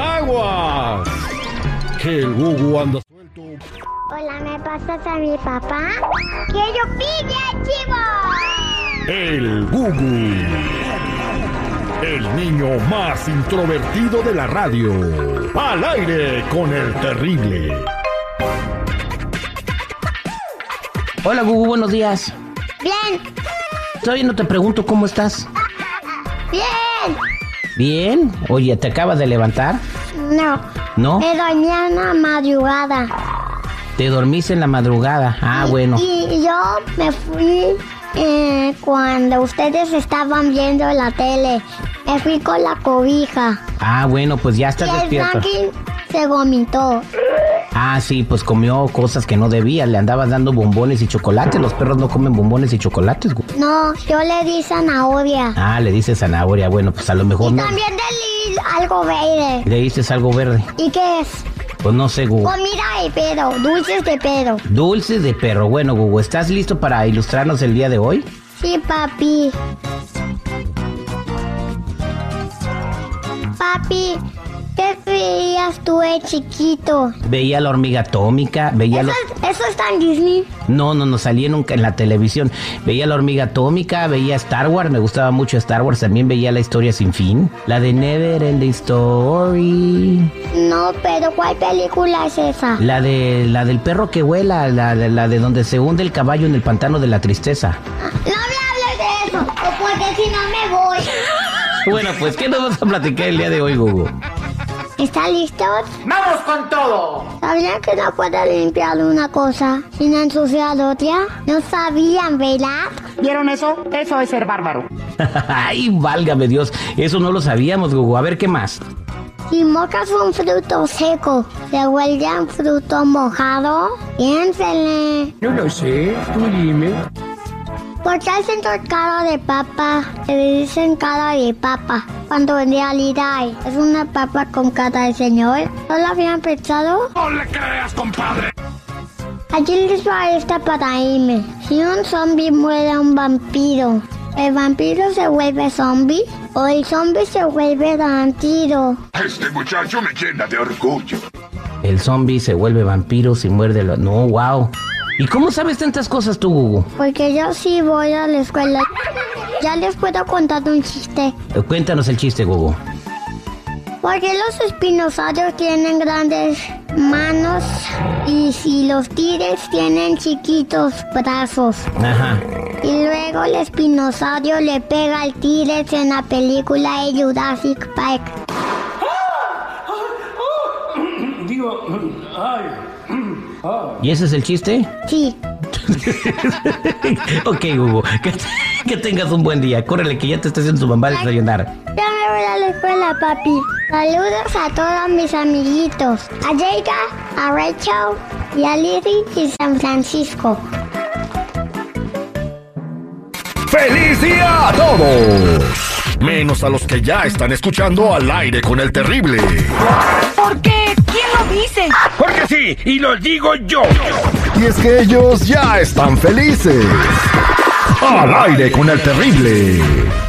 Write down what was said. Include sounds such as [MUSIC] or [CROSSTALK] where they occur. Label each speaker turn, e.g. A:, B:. A: aguas. Que el Gugu anda suelto.
B: Hola, ¿me pasas a mi papá? ¡Que yo pille el chivo!
A: El Gugu. El niño más introvertido de la radio. Al aire con el terrible.
C: Hola Gugu, buenos días.
B: ¡Bien!
C: Todavía no te pregunto cómo estás.
B: ¡Bien!
C: Bien. Oye, ¿te acabas de levantar?
B: No,
C: ¿No?
B: me dormí en la madrugada.
C: Te dormís en la madrugada. Ah,
B: Y-
C: bueno.
B: Y yo me fui eh, cuando ustedes estaban viendo la tele. Me fui con la cobija.
C: Ah, bueno, pues ya estás
B: y el
C: despierto.
B: Franklin se vomitó.
C: Ah, sí, pues comió cosas que no debía. Le andabas dando bombones y chocolates. Los perros no comen bombones y chocolates. Gugu.
B: No, yo le di zanahoria.
C: Ah, le dices zanahoria. Bueno, pues a lo mejor
B: Y
C: no.
B: también le di algo verde.
C: Le dices algo verde.
B: ¿Y qué es?
C: Pues no sé, Gugu.
B: Comida de pedo, dulces de pedo.
C: Dulces de perro. Bueno, Gugu, ¿estás listo para ilustrarnos el día de hoy?
B: Sí, papi. Papi, ¿qué creías tú de chiquito?
C: Veía la hormiga atómica, veía
B: Eso,
C: los...
B: es- eso está en Disney.
C: No, no, no salía nunca en la televisión. Veía la hormiga atómica, veía Star Wars, me gustaba mucho Star Wars, también veía la historia sin fin, la de Never Ending Story,
B: No, pero ¿cuál película es esa?
C: la de la del perro que vuela, la, de- la de donde se hunde el caballo en el pantano de la tristeza.
B: No me hables de eso, o porque si no me voy.
C: Bueno, pues ¿qué nos vas a platicar el día de hoy, Gugu? [LAUGHS]
B: ¿Están listos?
D: ¡Vamos con todo!
B: ¿Sabían que no puede limpiar una cosa sin ensuciar otra? No sabían, ¿verdad?
D: ¿Vieron eso? Eso es ser bárbaro.
C: Ay, válgame Dios, eso no lo sabíamos, Gugu. A ver qué más.
B: Si mocas un fruto seco, se vuelve un fruto mojado. Piénsenle.
D: No lo sé, tú dime.
B: ¿Por qué hacen cara de papa? Le dicen cara de papa. Cuando en realidad es una papa con cara de señor. ¿No lo habían pensado?
A: No le creas, compadre.
B: Aquí les va esta para irme. Si un zombie muere a un vampiro, ¿el vampiro se vuelve zombie? ¿O el zombie se vuelve vampiro?
E: Este muchacho me llena de orgullo.
C: El zombie se vuelve vampiro si muerde lo... No, wow. ¿Y cómo sabes tantas cosas tú, Gugu?
B: Porque yo sí voy a la escuela. Ya les puedo contar un chiste.
C: Eh, Cuéntanos el chiste, Gugu.
B: ¿Por qué los espinosaurios tienen grandes manos y si los tigres tienen chiquitos brazos?
C: Ajá.
B: Y luego el espinosaurio le pega al tigre en la película de Jurassic Park.
C: ¿Y ese es el chiste? [LAUGHS]
B: Sí.
C: ok, Hugo. Que, que tengas un buen día. Córrele, que ya te está haciendo tu mamá desayunar.
B: Ya me voy a la escuela, papi. Saludos a todos mis amiguitos. A Jada, a Rachel y a Lizzie y San Francisco.
A: ¡Feliz día a todos! Menos a los que ya están escuchando al aire con el terrible.
F: ¿Por qué? ¿Quién lo dice?
A: Porque sí, y lo digo yo. Y es que ellos ya están felices. Al aire con el terrible.